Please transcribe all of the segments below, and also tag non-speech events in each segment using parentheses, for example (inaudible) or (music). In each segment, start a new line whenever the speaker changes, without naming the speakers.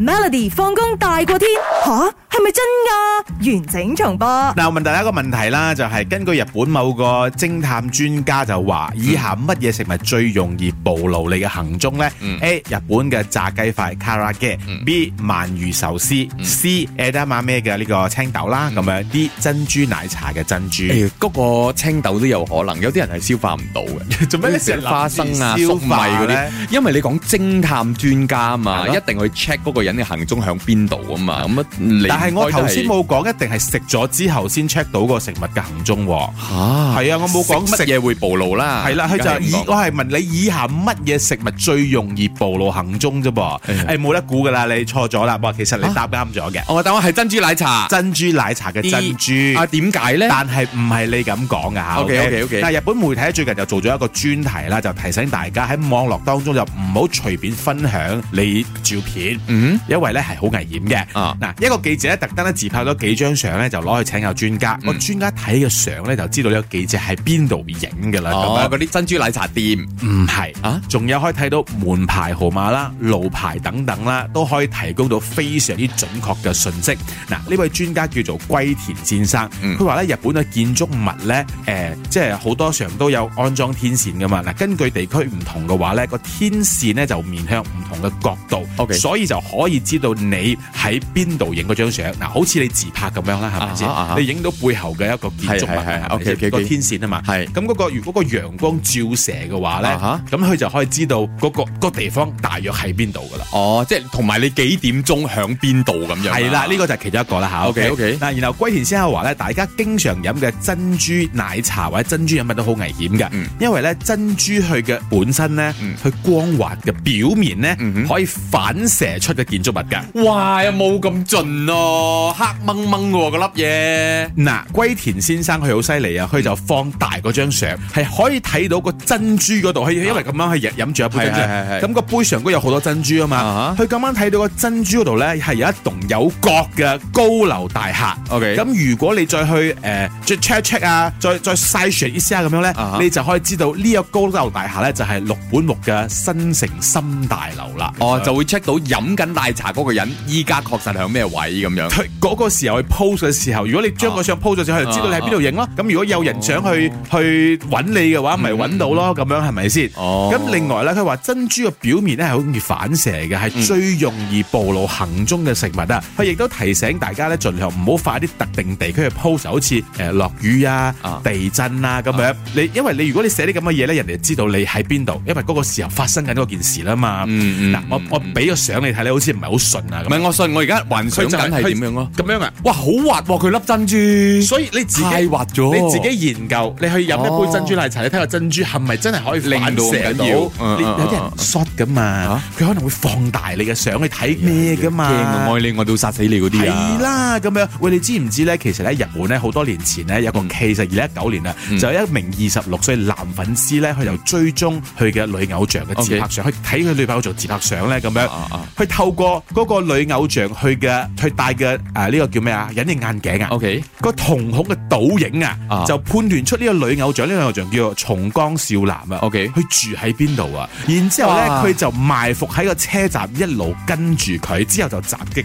Melody 放工大過天吓，係咪真㗎？完整重播。
嗱，我問大家一個問題啦，就係、根據日本某個偵探專家就話，
嗯
以下乜嘢食物最容易暴露你嘅行蹤呢、
嗯
a 日本嘅炸雞塊 （karage）、
嗯
B 鰻魚壽司、C edamame 嘅呢個青豆啦，
嗯
咁樣 D 珍珠奶茶嘅珍珠。
誒嗰個青豆都有可能，有啲人係消化唔到 (laughs) 嘅。
做咩你成日諗
食
住
花生啊、
消
粟米
化
嗰
呢
啲？因為你講偵探專家啊嘛，
係咯
一定去 check 嗰個人嘅行蹤響邊度啊嘛。咁啊，你
但係我
應該都
頭先冇講，一定係食咗之後先 check 到個食物嘅行蹤喎。
嚇，
係啊，我冇講
食
食。
乜嘢會暴露啦。
系啦，佢
而
就
啊家係
係
咁
以
講
我係問你以下乜嘢食物最容易暴露行蹤啫噃？
嗯
誒冇得估噶啦，你錯咗啦。哇，其
啊
實你答啱咗
(laughs)
嘅，
我答案係珍珠奶茶。
珍珠奶茶嘅珍珠。
啊，點解咧？
但係唔係你咁講噶嚇
OK，OK，OK
但係日本媒體最近就做咗一個專題啦，就提醒大家喺網絡當中就唔好隨便分享你照片，
嗯，
因為咧係好危險嘅。
啊
嗱、一個記者咧特登咧自拍咗幾張相咧，就攞去請有專家。
嗯
個專家睇嘅相咧就知道呢個記者喺邊度影㗎啦。咁、
哦
樣，
嗰啲珍珠奶茶店。
唔係
啊
仲有可以睇到門牌號碼啦、路牌等等啦，都可以提供到非常之準確嘅信息。嗱，呢位專家叫做龜田先生，
嗯
佢話咧日本嘅建築物咧，誒、即係好多常都有安裝天線噶嘛。嗱，根據地區唔同嘅話咧，個天線咧就面向唔同嘅角度
OK
所以就可以知道你喺邊度影嗰張相。嗱，好似你自拍咁樣啦，係咪先
啊哈啊哈
你影到背後嘅一個建築物，啊
係係係
係咪先
OK，OK，OK
個天線啊嘛。
係
咁嗰個如果個陽光照射嘅話咧
啊哈，
咁佢就可以知道嗰個嗰個地方大約喺邊度噶啦。
哦，即係同埋你幾點鐘響邊度咁樣啊？
(laughs) 係啦，呢個就係其中一個啦吓。
OK，OK
嗱，然後龜田先生話咧，大家經常飲嘅珍珠奶茶或者珍珠飲品都好危險嘅
嗯，
因為咧珍珠佢嘅本身咧
嗯，
佢光滑嘅表面咧
嗯哼
可以反射出嘅建築物㗎。
哇，又冇咁盡咯，黑掹掹喎嗰粒嘢。
嗱，龜田先生佢好犀利啊！佢就放大嗰張相，係可以睇到個珍珠嗰度，佢因為咁啱佢飲住一杯珍
啊係係係係
珠，咁個杯上高有好多珍珠啊嘛
啊，
佢咁啱睇到個珍珠嗰度咧係有一棟有角嘅高樓大廈。
OK
咁如果你再去誒再 check check 啊，再再篩選一下咁樣咧
啊哈，
你就可以知道呢個高樓大廈咧就係六本木嘅新城深大樓啦。啊
哦，就會 check 到飲緊奶茶嗰個人依家確實響咩位咁
(laughs)
樣。啊
佢嗰個時候去 post 嘅時候，如果你將個相 post 咗上去，就知道你喺邊度影咯。咁如果有人想去去揾你嘅話，咪揾到咯，咁樣係咪先？
嗯哦
咁另外咧，佢話珍珠嘅表面咧係好容易反射嘅，
嗯
係最容易暴露行蹤嘅食物啊！佢亦都提醒大家咧，盡量唔好發啲特定地區嘅 post，好似誒落雨啊
啊、
地震啊咁樣。你因為你如果你寫啲咁嘅嘢咧，人哋就知道你喺邊度，因為嗰個時候發生緊嗰件事啦嘛。
嗯嗯
嗱，我我俾個相你睇，你好似唔係好信啊
唔
咁。
係，我信我而家幻想緊係點樣咯。
咁樣啊？
哇，好滑喎！佢粒珍珠，
所以你自己
太滑咗
你自己研究，你去飲一杯珍珠奶茶，你睇下珍珠係咪真係可以反射
令到咁緊要嗯
你
嗯
有啲人
嗯
shot 噶嘛
啊，
佢可能會放大你嘅相去睇咩噶
驚啊！
嘛。
愛你愛到殺死你嗰啲
係
啊！
啦，咁樣喂，你知唔知咧？其實咧，日本咧好多年前咧有個
嗯
case，二零一九年啊，就有一名二十六歲男粉絲咧，佢就追蹤佢嘅女偶像嘅自拍相，去睇佢女朋友做自拍相咧，咁樣
啊啊啊，
佢透過嗰個女偶像佢嘅佢戴嘅誒呢個叫咩啊隱形眼鏡啊。
OK，
個瞳孔嘅倒影啊，
啊
就判斷出呢個女偶像，呢、個女偶像叫做松江少男啊。
OK
佢住喺邊度啊？然之後咧，
哇
佢就埋伏喺個車站一路跟住佢，之後就襲擊佢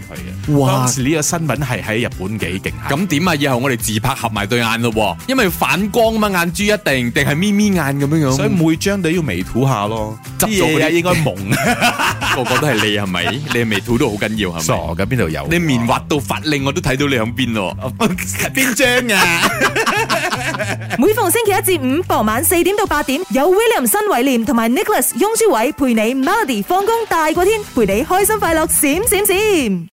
嘅。
哇
當時呢個新聞係喺日本幾勁下。
咁點啊？以後我哋自拍合埋對眼咯喎，因為反光嘛，眼珠一定定係眯眯眼咁樣樣。
所以每張都要微吐下咯，
執咗
啲
嗰啲
嘢啊應該蒙
個個都係你係咪？你係眉土都好緊要
(laughs) 傻
係咪？
嘅，邊度有？啊
你面滑到發令，我都睇到你響邊咯。
(laughs) 邊張啊？
每逢星期一至五傍晚四點到八點，有 William 新偉廉同埋 Nicholas 雍舒偉陪你 Melody 放工大過天，陪你開心快樂閃閃閃。